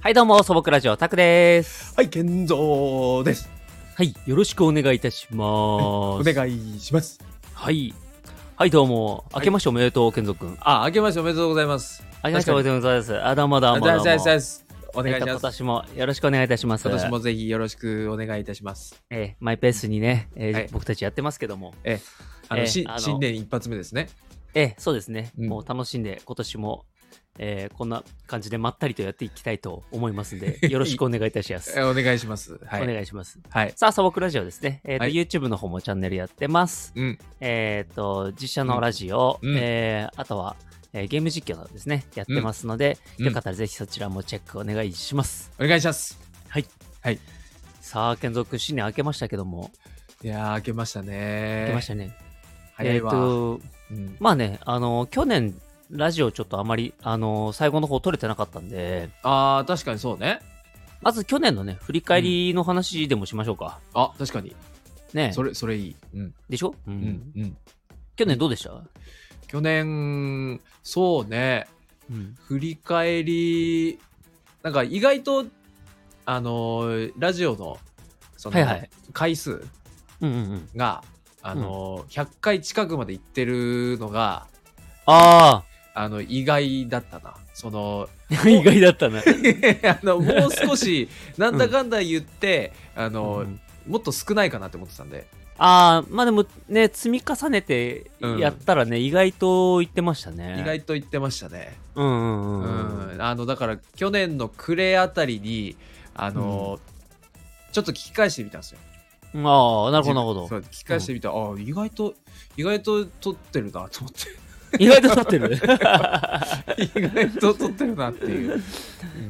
はいどうも、素朴ラジオ、タクです。はい、健三です。はい、よろしくお願いいたし まおす。願いします。はい。はい、どうも。明けましておめでとう、健三君。あ、明けましておめでとうございます。明けましておめでとうございます。あだまだあまだま。ざいす。お願いしえっと今ます。年もよろしくお願いいたします。今年もぜひよろしくお願いいたします。えーマイペースにね、えーはい僕たちやってますけども。あの、ええしあの新年一発目ですね。えーそうですね。うんもう楽しんで、今年も、えーこんな感じでまったりとやっていきたいと思いますん で、よろしくお願いいたします。えお願いします。はおい。願いします。はい。さあ、素朴ラジオですね。えっ、と、はい YouTube の方もチャンネルやってます。うん。えっ、と、実写のラジオ、うんうんえーあとは、えーゲーム実況などですね、やってますので、うんよかったらぜひそちらもチェックお願いします。お願いします。さあ、健三君、新年明けましたけども、いやー、明けましたね。明けましたね。早いわ。えっ、と、うん、まあね、あの、去年、ラジオちょっとあまり、あの、最後の方撮れてなかったんで、あー、確かにそうね。まず去年のね、振り返りの話でもしましょうか。あ、確かに。ねそれ、それいい。うん。でしょ、ううんん。うん。去年どうでした、去年、そうね。うん振り返りなんか意外とあのーラジオのその、はいはい回数うんうんうん。があのー、100回近くまで行ってるのがああの意外だったなその あ、 意外だったな。あのもう少しなんだかんだ言って、あうのんもっと少ないかなって思ってたんでああまあでもね積み重ねてうんやったらね、意外と言ってましたね意外と言ってましたね、うんうんううん、ん、あのだから去年の暮れあたりにあのー、ちょっと聞き返してみたんですよああなるほどなるほそどう聞き返してみたら、ああ意外と意外と撮って るなと思っ意外と立って るて意外と撮ってるなっていう、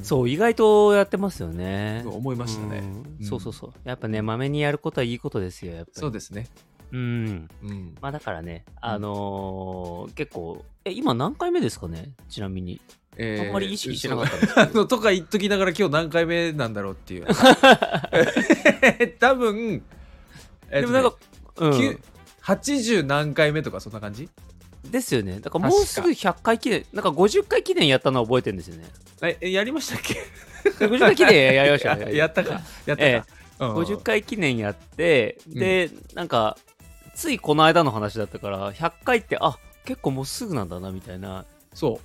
そう意外とやってますよねそう思いましたね、うんうんそうそうそうやっぱねまめにやることはいいことですよやっぱりそうですねうんうんまあだからねあのー結構え今何回目ですかねちなみにえあーんまり意識してなかっそたうんですけど、あのとか言っときながら今日何回目なんだろうってい う 多分、 えでっとねもなんか、うんきゅ80何回目とかそんな感じですよねだからもうすぐ100回記念なんか50回記念やったのは覚えてるんですよねええやりましたっけ50回記念やりましたやね やったかやったか、えうん50回記念やって、んでなんかついこの間の話だったから100回ってあ結構もうすぐなんだなみたいなそ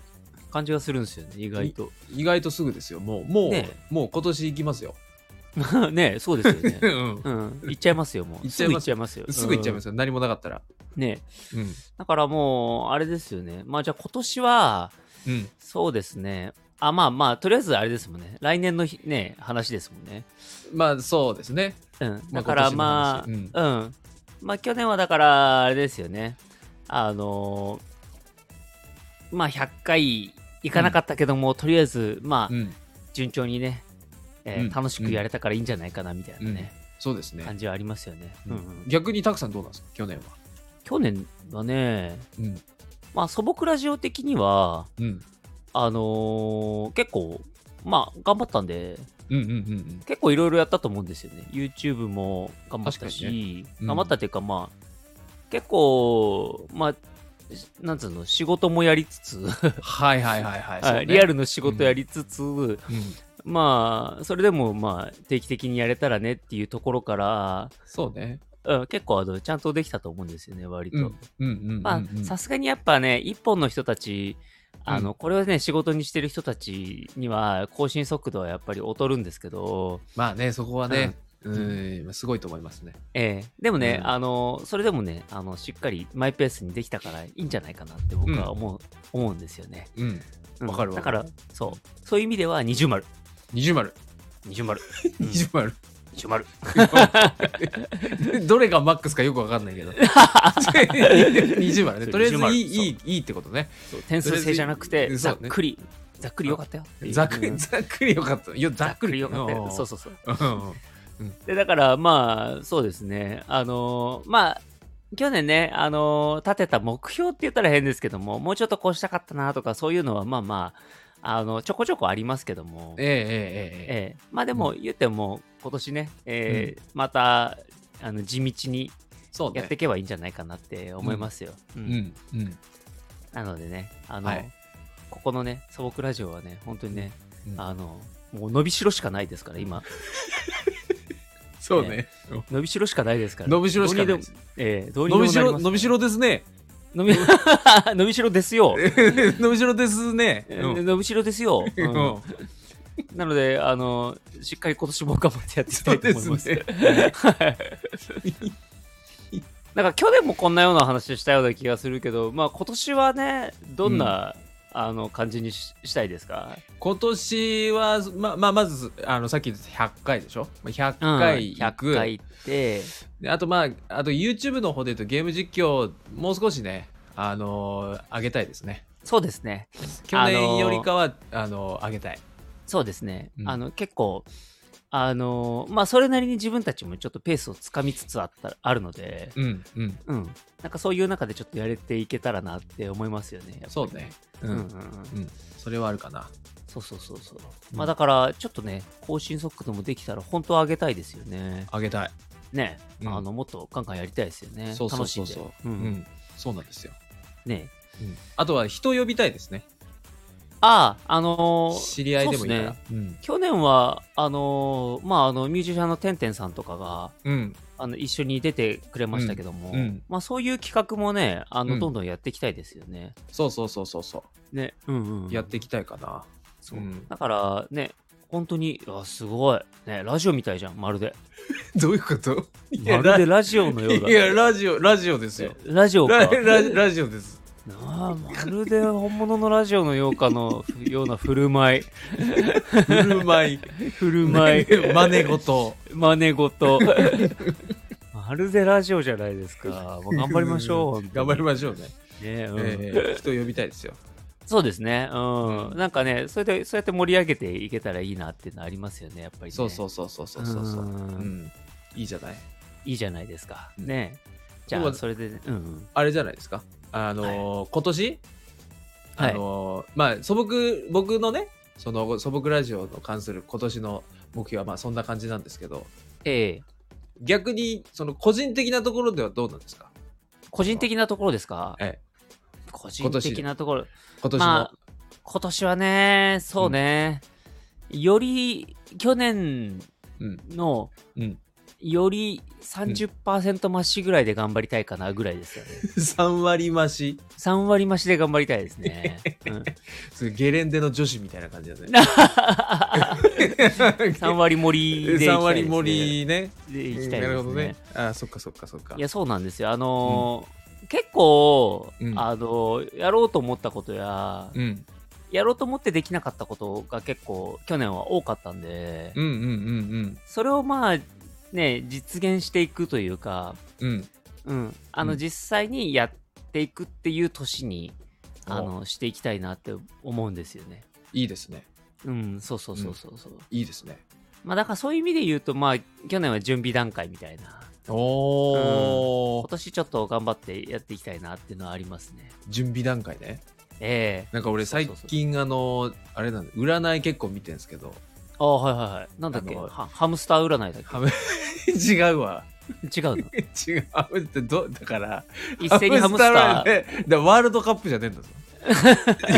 う感じがするんですよね意外と 意外とすぐですよもうもう、ねもう今年行きますよ、ねそうですよね うんうん行っちゃいますよもう行っちすゃいぐ行まっすちゃいますよ、すぐ行っちゃいますすよ、何もなかったらうんねうんだからもうあれですよねまあじゃあ今年はうん、そうですねあまあまあとりあえずあれですもんね来年のひね話ですもんねまあそうですね。うん、まだあからまあ、今年のうん、まあ去年はだからあれですよね、あのーまあ100回いかなかったけども、とりあえずまあうん、順調にね、えーうん楽しくやれたからいいんじゃないかなみたいなね、そうですね感。じはありますよね。うんうん逆にたくさんどうなんですか去年は。去年はね、うん、まあ素朴ラジオ的にはうん、あのー結構まあ頑張ったんでうん、うん、 うん。結構いろいろやったと思うんですよね。YouTube も頑張った確かし、うん頑張ったっていうか、まあ、結構、まあ、しなんつうの、仕事もやりつつ、はいはいはいはい。そうねリア。ルの仕事やりつつ、うん、まあ、それでも、まあ、定期的にやれたらねっていうところから、そうね。うん、結構あの、ちゃんとできたと思うんですよね、割と。うん、うん、うん。まうあんう、んさすがにやっぱね、一本の人たち、あの、これをね、仕事にしてる人たちには、更新速度はやっぱり劣るんですけど、まあね、そこはね、うんん、すごいと思いますね。ええでもね、うんあのそれでもねあのしっかりマイペースにできたからいいんじゃないかなって僕は思う,、思うんですよね。うん、うんわかるわだからそうそういう意味では二重丸二重丸。二 重丸うん二重丸。 二重丸どれがマックスかよくわかんな いけど。二重丸ね。とりあえずそう二重丸いい、いい、いいってことね。そう点数制じゃなくそてれざそっうねくり、ざっくりよかったよっていうざっくうり、んざっくりよかった。いや、ざっくりよかったようんそうそうそううんでだからまあそうですねあのまあ去年ね、あの立てた目標って言ったら変ですけども、もうちょっとこうしたかったなとか、そういうのはまあまあ、あの、ちょこちょこありますけども。ええええええええまあでも言っても今年ね、ええまたあの地道にそうねやっていけばいいんじゃないかなって思いますよ。ううんんうんなのでねあの、はいここのね素朴ラジオはね本当にね、うんあのもう伸びしろしかないですから、今。そうね。うん伸びしろしかないですから。伸びしろしかないです。ええどうにで伸もびしなりろ、ます伸びしろですね。伸び 伸びしろですよ。 伸びしろですね。えうん伸びしろですよ。ううんんなので、あの、しっかり今年も頑張ってやっていきたいと思います。そうではいなんか去年もこんなような話したような気がするけど、まあ今年はね、どんな、あの感じにししたいですか今年は、ま、まあ、まず、あの、さっき言った100回でしょ ?100 回行く。 100回行って、であと、まあ、あと YouTube の方で言うとゲーム実況、もう少しね、あのー上げたいですね。そうですね。去年よりかは、あのー上げたい。そうですね。うんあの結構、あの、まあそれなりに自分たちもちょっとペースをつかみつつあったあるので、うん、うん。うん。なんかそういう中でちょっとやれていけたらなって思いますよね。やっぱりそうね。う。うんうんんううんん、それはあるかな。そうそうそうそう、うんまあだからちょっとね更新速度もできたら本当は上げたいですよね上げたい。ね、うんあのもっとガンガンやりたいですよねそうそう楽しそんうでそうう。うんん。そうなんですよ。ねあとは人呼びたいですね。あああのー知り合いでもいいから。そううっ去年はあのーまああのミュージシャンのてんてんさんとかがん。うん。あの一緒に出てくれましたけども、うんうんまあそういう企画もねあの、うんどんどんやっていきたいですよねそうそうそうそうそう。ねうんうんやっていきたいかな。そう、うんだからね本当にあすごいねラジオみたいじゃんまるでどういうこといまや、るラでラジオのようだいやラジオ、ラジオですよ。ラジオかラララジオです。なあまるで本物のラジオのようかのふような振る舞い振る舞い。振る舞い 真似事。 真似事 まるでラジオじゃないですか、もう頑張りましょう頑張りまましょうね。しょう、ねうんえー人呼びたいですよ。そうですねうん、うんなんかねそれでそうやって盛り上げていけたらいいなっていうのありますよねやっぱり、ね、そうそううそうそうそうそうそう。んうん。いいじゃない。いいじゃないですか、うんねじゃであもそれで、ね、うんうんあれじゃないですか。あのー、今年はあい、のー、まあ、素朴、僕のね、その素朴ラジオの関する今年の目標はまあそんな感じなんですけど、ええ逆にその個人的なところではどうなんですか個人的なところですか、え個人的なところ今年の、ま今年はね、そうね、より去年うん のうん、より30%増しぐらいで頑張りたいかなぐらいですよね。 3割増し3割増しで頑張りたいです ね。うん、 それゲレンデの女子みたいな感じだね 3割盛りでいき3たいで割す、ね。盛りねでいきたいなでるすほどねね。あそっかそっかそっかいや、そうなんですよ。あのー結構、うんあのーやろうと思ったことや、うん、やろうと思ってできなかったことが結構去年は多かったんで、うんうんうんそれをまあね実現していくというか、うんうんうん、あのうん実際にやっていくっていう年に、あのしていきたいなって思うんですよね。いいですねうん、そうそうそうそうそう。いいですねまあだからそういう意味で言うとまあ去年は準備段階みたいなお今ー、年ちょっと頑張ってやっていきたいなっていうのはありますね。準備段階ねええなんか俺最そうそう近あのあれなんだ占い結構見てんですけどああはいはいはい。なんだっけあのはハムスター占いだっハム 違うわ け違うの違うハムってどだから一斉にハムスター。ー占いでワールドカップじゃね えんだぞ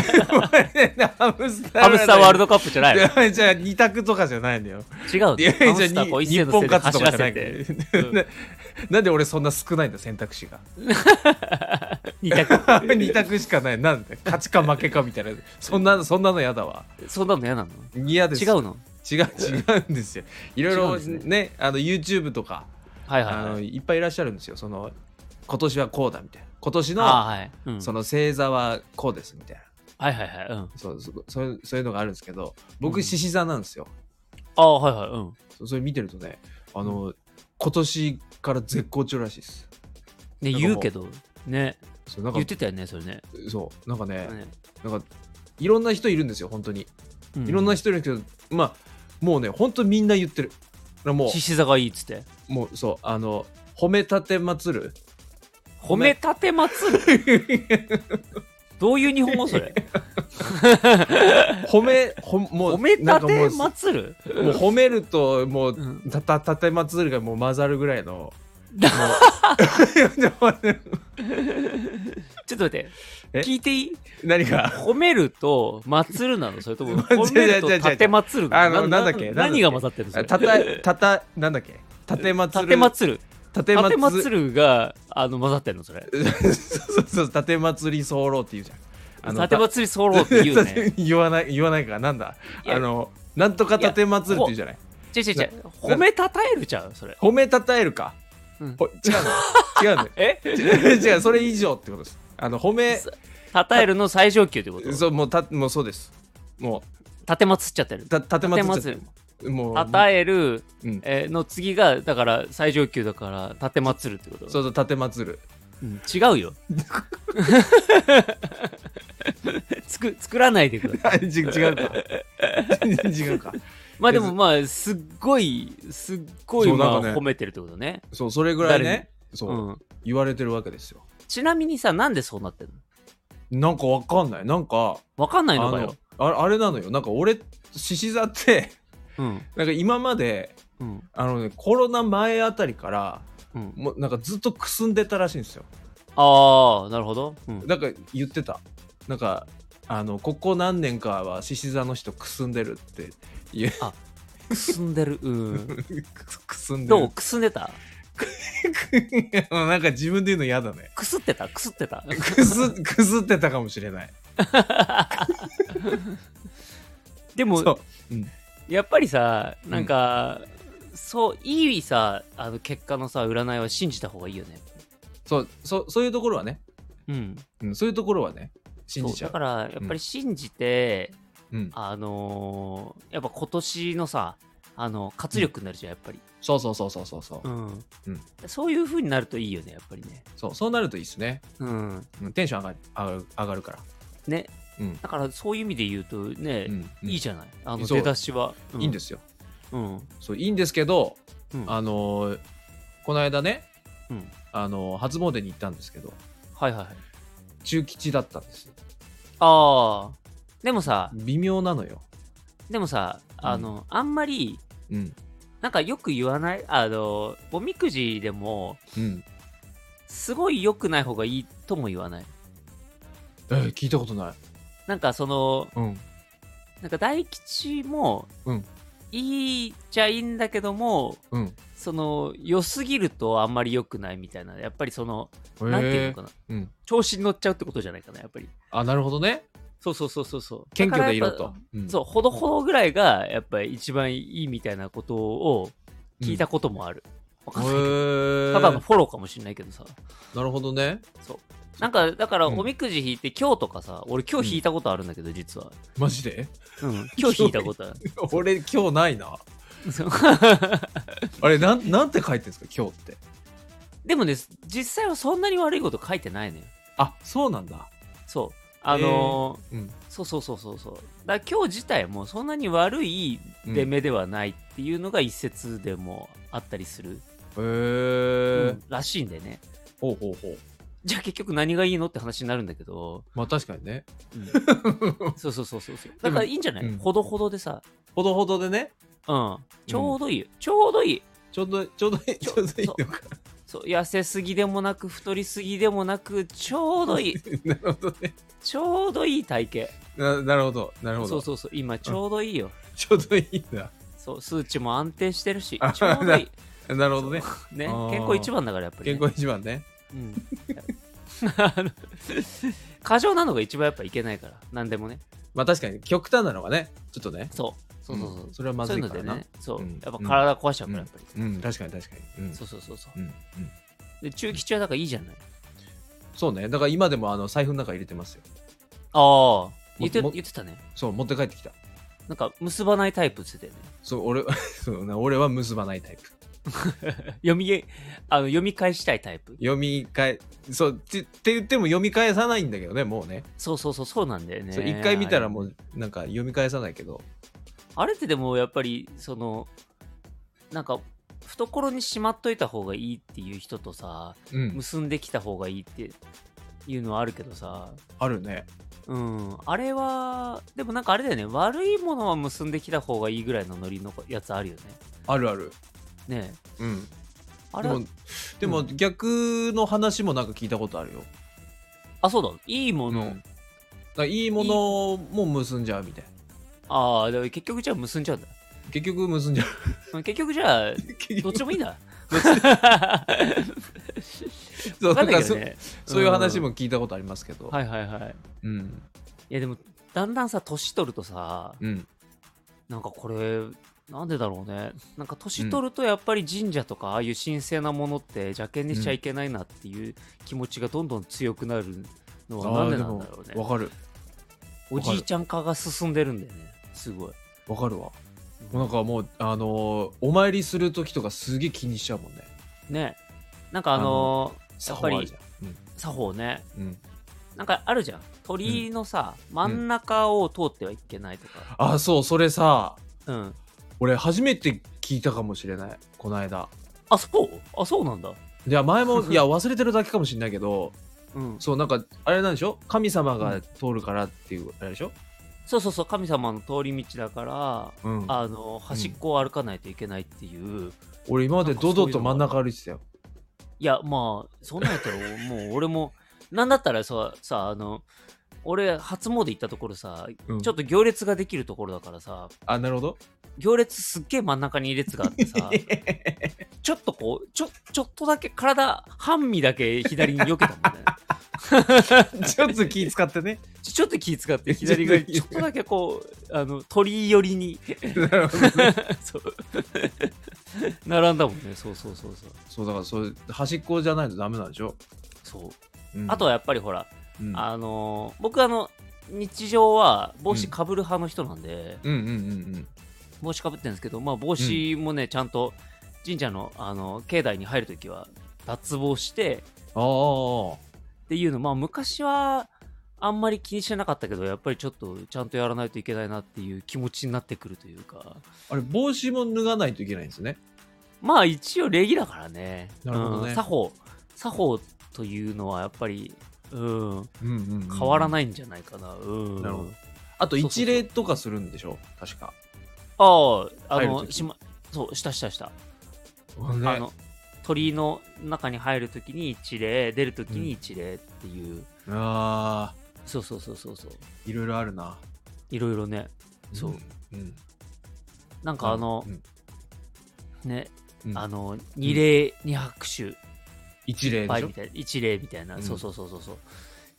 ハムスターハムスターワールドドカップじゃないの違うじゃあ2択とかじゃないのよのいやハムじゃスタあーこうに一斉日の本せいで勝つと走からじゃないせんだよてな なんで俺そんな少ないんだ選択肢が 二択2択しかないなんで勝ちか負けかみたいなそんなそんなのやだわそんなの嫌なの嫌です違うの違う違うんですよいろい違うろんですねねあの YouTube とか、はいはいあはのい。いっぱいいらっしゃるんですよその今年はこうだみたいな今年のああはい。うんその星座はこうですみたいなはいはいはい。うん。そうそそうそういうのがあるんですけどう僕ん獅子座なんですよ、ああ、はいはい。うん。そうそれ見てるとねあの、今年から絶好調らしいですね、なんかもう言うけど、ね、そうなんか言ってたよね、それね。そうなんかね、ねなんかいろんな人いるんですよ本当にういろんな人いるけど、まあもうね本当みんな言ってるも獅子座がいいっつって。うもうそうあの褒めたて祭る褒めたて祭るどういう日本 語それ褒めほもう褒めなたんかもてう祭る もう褒めるともう、うんたたたて祭る が もう混ざるぐらいのもうちょっと待って。え聞いていい何か。褒めると、祭るなのそれとも、 違う褒めると、違う違う違う立て祭るのあのなんだっけ何が混ざってるのそれたた、たた、なんだっけたてまつる。立て祭る。たて立てまつ祭るが、あの、混ざってるのそれ。る。 そうそうそう、たてまつり候って言うじゃん。立て祭り候って言 うね。言わない、言わないから、なんだ。いやあの、なんとかたてまつるって言うじゃない。違う違う違う。褒めたたえるじゃん、それ。褒めたたえるか。うんほ違うの。違うの。 え違う違うそれ以上ってことですあの褒めそたたえるの最上級ってこと立そうもうたもうそうですもて祭っちゃってるう。たたて立てまつ祭る。もうたたえるうんえーの次が、だから最上級だから、立て祭るってことそうそうたてまつる うん違うよ。 つく作らないでください。あ違う違う か違うかまあでもまあ、すっごい、すっごい、そうまなんあかね褒めてるってことね。そうそれぐらいねそう、うん、言われてるわけですよちなみにさ、なんでそうなってんのなんかわかんないなんかわかんなあいのかよ。ああれなのよなんか俺獅子座って うん。なんか今までうん。あのねコロナ前あたりからうん、もうなんかずっとくすんでたらしいんですよああ、なるほど。うん、なんか言ってたなんかあのここ何年かは獅子座の人くすんでるって 言うくすん でる。うん。くすんでどうるくすんでたどう なんか自分で言うの嫌だねくすってたくすってたくす くすってたかもしれないでそもう、うん、やっぱりさなんか、そういいさあの結果のさ占いは信じた方がいいよねそうそうそういうところはね、うんうん、そういうところはね信じちそうだゃうからやっぱり信じて、うん、あのーやっぱ今年のさあの活力になるじゃんやっぱり、そうそうそうそうそうそううんうんそういう風になるといいよねやっぱりねそうそうなるといいですね、うんうん、テンション上がる上がる上がるからね、うんだからそういう意味で言うとね、うんうんいいじゃないあのそう出だしは、う、いいんですすようんそういいんですけどうんあのーこの間ね、うんあのー初詣に行ったんですけどはいはいはい中吉だったんですよああでもさ、微妙なのよでもさ、うんあの、あんまり、うんなんかよく言わない、あの、おみくじでも、うんすごい良くない方がいいとも言わない。えー聞いたことないなんかその、うんなんか大吉も、うんいいじゃいいんだけども、うんその、良すぎるとあんまり良くないみたいな、やっぱりその、なんていうのかな、うん調子に乗っちゃうってことじゃないかな、やっぱり。あなるほどねそうそうそうそうそう。謙虚でいろだからやとっぱ、うんそう、ほどほどぐらいが、やっぱり一番いいみたいなことを聞いたこともある。わかんないけどへえただのフォローかもしれないけどさ。なるほどねそう。なんか、だから、うんおみくじ引いて、今日とかさ、俺今日引いたことあるんだけど、実は。マジでうん。今日引いたことある。 俺今日ないなそうあれなんなんて書いてるんですか今日って でもね、実際はそんなに悪いこと書いてないのよ。あそうなんだそう。あのーうんそうそうそうそうそう。だから今日自体もそんなに悪い出目ではないっていうのが一説でもあったりする、へえ、うんらしいんでね。ほうほうほうじゃあ結局何がいいのって話になるんだけど、まあ確かにねそうそうそうそうそう。だからいいんじゃない、うんほどほどでさ、ほどほどでねうん。ちょうどいいよ。ちょうどいい。ちょうどちょうどいいちょうどいいのかそう痩せすぎでもなく太りすぎでもなくちょうどい いなるほどねちょうどいい体型ななるほどなるほそうどそうそう今ちょうどいいよ、ちょうどいいんだそう数値も安定してるしあちょうどいい なるほどねねあー健康一番だからやっぱり、健ね、康一番ねうん あの過剰なのが一番やっぱいけないから何でもねまあ確かに極端なのがねちょっとねそうそうそうそう、んそれはまそうずいいうのかでらなねそう、うんやっぱ体壊しちゃうからやっぱり、うん確かに確かにうんそうそうそうそううんうんで中吉はだからいいじゃないそうね。だから今でもあの財布の中入れてますよ。ああ言っても言ってたねそう、持って帰ってきた。なんか結ばないタイプって言ってたよねそう、俺、 そうな俺は結ばないタイプ。読みえあの読み返したいタイプ読み返、そう、ってって言っても読み返さないんだけどね、もうね。そうそうそうそうなんだよねそう一回見たらもう、なんか読み返さないけど。あれってでもやっぱりそのなんか懐にしまっといた方がいいっていう人とさうん、結んできた方がいいっていうのはあるけどさあるね。うんあれはでもなんかあれだよね悪いものは結んできた方がいいぐらいのノリのやつあるよねあるある。ねえうん。あでれはも、でも逆の話もなんか聞いたことあるよ。あ、そうだ。いいもの。うんだからいいものも結んじゃうみたいなああ、でも結局じゃあ結んじゃうんだ。結局結んじゃう結局じゃ あ、結どっ局ちでもいいんだ。 そうわかんないなけんかそどね。そういう話も聞いたことありますけど、はいはいはい。うんいやでも、だんだんさ、年取るとさ、うんなんかこれ、なんでだろうね。なんか年取るとやっぱり神社とか、ああいう神聖なものって邪険にしちゃいけないなっていう気持ちがどんどん強くなるのはなんでなんだろあーうでもね。わかるおじいちゃん化が進んでるんだよね。すごい。わかるわもうなんかもうあのーお参りする時とかすげえ気にしちゃうもんねね。なんかあのーやっぱり作法あるじ作法ね。ゃんうん、うん、なんかあるじゃん。鳥居のさ、真ん中を通ってはいけないとか。あそうそれさうん。俺初めて聞いたかもしれないこの間あ、そうあ、そうなんだ。いや前もいや忘れてるだけかもしれないけどうん。そうなんかあれなんでしょ神様が通るからっていうあれでしょ、そうそうそう、神様の通り道だから、うんあの、端っこを歩かないといけないっていう。俺今まで堂々と真ん中歩いてたよいや、まあ、そんなんやったら、もう俺も、なんだったらさ、さ、あの、俺、初詣行ったところさ、うんちょっと行列ができるところだからさ、あなる ほど行列すっげえ真ん中に列があってさ、ちょっとこう、ちょ、ちょっとだけ体、半身だけ左に避けたもんね。 ちょっと気使ってね ちょ ちょっと気使って左が ちょっとだけこうあの鳥居寄りになるほどね そう 並んだもんねそうそうそうそうそうだからそれ端っこじゃないとダメなんでしょ、そううんあとはやっぱりほら、うんあのー僕あの日常は帽子かぶる派の人なんで、うんうんうん帽子かぶってるんですけど、まあ、帽子もね、ちゃんと神社のあの境内に入るときは脱帽してうんああっていうのまあ昔はあんまり気にしてなかったけどやっぱりちょっとちゃんとやらないといけないなっていう気持ちになってくるというかあれ帽子も脱がないといけないんですね。まあ一応礼儀だからね。なるほどねうん作法、作法というのはやっぱり、うん、うんうん変わらい。ないんじゃないかな。うん。なるほあと一礼とかするんでしょ確か。ど。ああ、あ入るの、時しま、そう、したしたした。ねあの、鳥居の中に入るときに一礼、出るときに一礼っていう、あそうそうそうそうそう。ーいろいろあるな。いろいろね。そう。うん。なんかあのう、んね、うんあの、二礼二拍手。一礼で倍しょみたいな一例みたいな、うんそうそうそうそうそう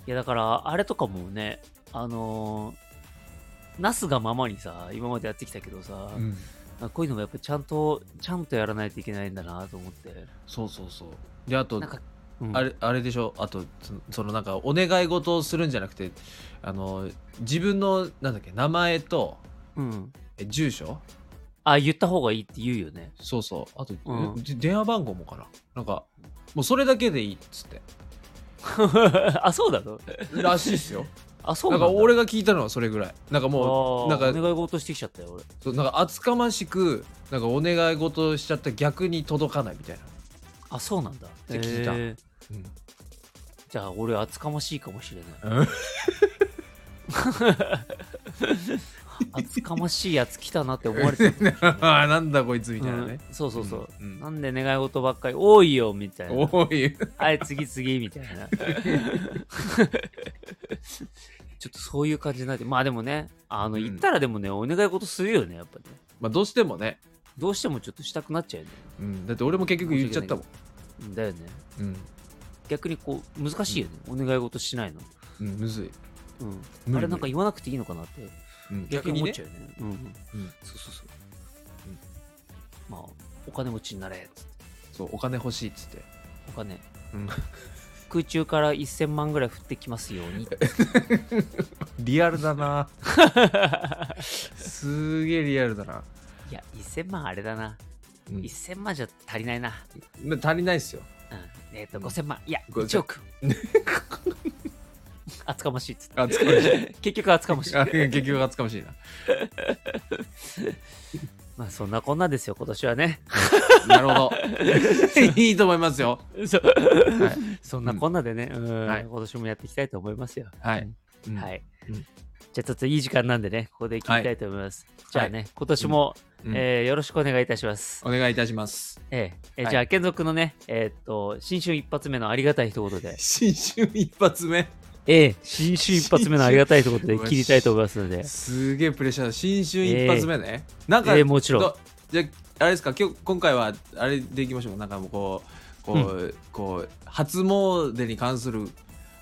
いやだからあれとかもねあのーなすがままにさ今までやってきたけどさ、うんこういうのもやっぱちゃんとちゃんとやらないといけないんだなと思ってそうそうそう。で、あとなん、か、うんあれあれでしょあと、そのそのなんか、お願い事をするんじゃなくて、あの、自分の、なんだっけ、名前と、うんえ住所あ言った方がいいって言うよね そうそう。あと、うんえで電話番号もかななんか、もうそれだけでいいっつって。あそうだのらしいっすよ。あ そうななんんかだ俺が聞いたのはそれぐらい。なんかあもう、ーなんかお願い事してきちゃったよ俺そうなんか厚かましくなんかお願い事しちゃった逆に届かないみたいな、あそうなんだて聞いたえーじゃあ俺厚かましいかもしれない 厚かましいやつ来たなって思われてたかもしれない ああなんだこいつみたいなね、うんそうそうそう、うんうんなんで願い事ばっかり多いよみたいなおい はい次次みたいな ちょっとそういう感じになってまあでもねあのうん行ったらでもね、お願い事するよねやっぱねまあどうしてもね、どうしてもちょっとしたくなっちゃうよねうん、だって俺も結局言っちゃったもうん、んだよねうん逆にこう難しいよね、お願い事しないの、うん、むずい、うん無理あれなんか言わなくていいのかなってうん逆逆にに思っねちゃうよねうんうんうんそうそうそう、うんまあお金持ちになれっつってそうお金欲しいっつってお金、うん空中から1000万ぐらい降ってきますようにリアルだ なすーげえリアルだな、いや1000万あれだな、うん1000万じゃ足りないな、まあ足りないっすようん、えっ、と5000万いや5000 1億 厚かましいっつって厚かまし結局厚かましいあ 結局厚かましいなまあそんなこんなですよ今年は ねなるほど いいと思いますよそ,、はいそんなこんなでね、うんはい今年もやっていきたいと思いますよはい、うんはい。うんじゃあちょっといい時間なんでね、ここで切りたいと思います。じゃあね、今年も、うんえーよろしくお願いいたします。お願いいたしますえええはいじゃあ、健族のね、えーっと、新春一発目のありがたい一言で、新春一発目ええ、新春一発目のありがたいということで新春切りたいと思いますので、すげえプレッシャーだ新春一発目ね、なんか、ええ、もちろんどじゃああれですか今日今回はあれでいきましょうなんかもうこうこう,、こう初詣に関する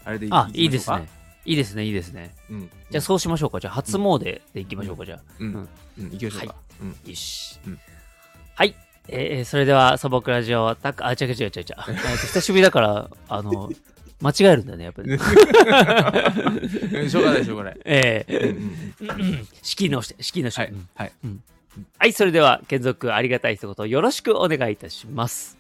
あれでいきましょあうかいいですね、いいですねいいですねうん、じゃあそうしましょうかじゃあ初詣でいきましょうかじゃあうん、ううんんうん、行きましょうか、うんよし。うんはい。えーそれでは、素朴ラジオ、たあ、違う違う違う 違う。えーと久しぶりだから、あの、間違えるんだよね、やっぱり。うんしょうがないしょうが ないえうんうー、ん仕切り直して、仕切り直して。はいうんはいはい、それでは、健続ありがたい一言、よろしくお願いいたします。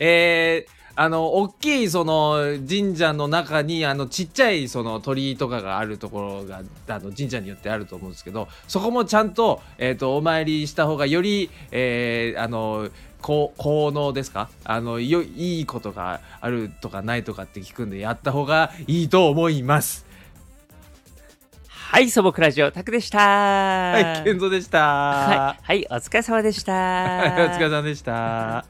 えーあの大きいその神社の中にあのちっちゃいその鳥居とかがあるところがあの神社によってあると思うんですけどそこもちゃんと,、えー、とお参りした方がより、えーあの効効能ですかあのよいいことがあるとかないとかって聞くんでやった方がいいと思います。はい、素朴ラジオ、タクでした。はい、健三でし た。はい、はい、お疲れ様でした。 はい、お疲れ様でした。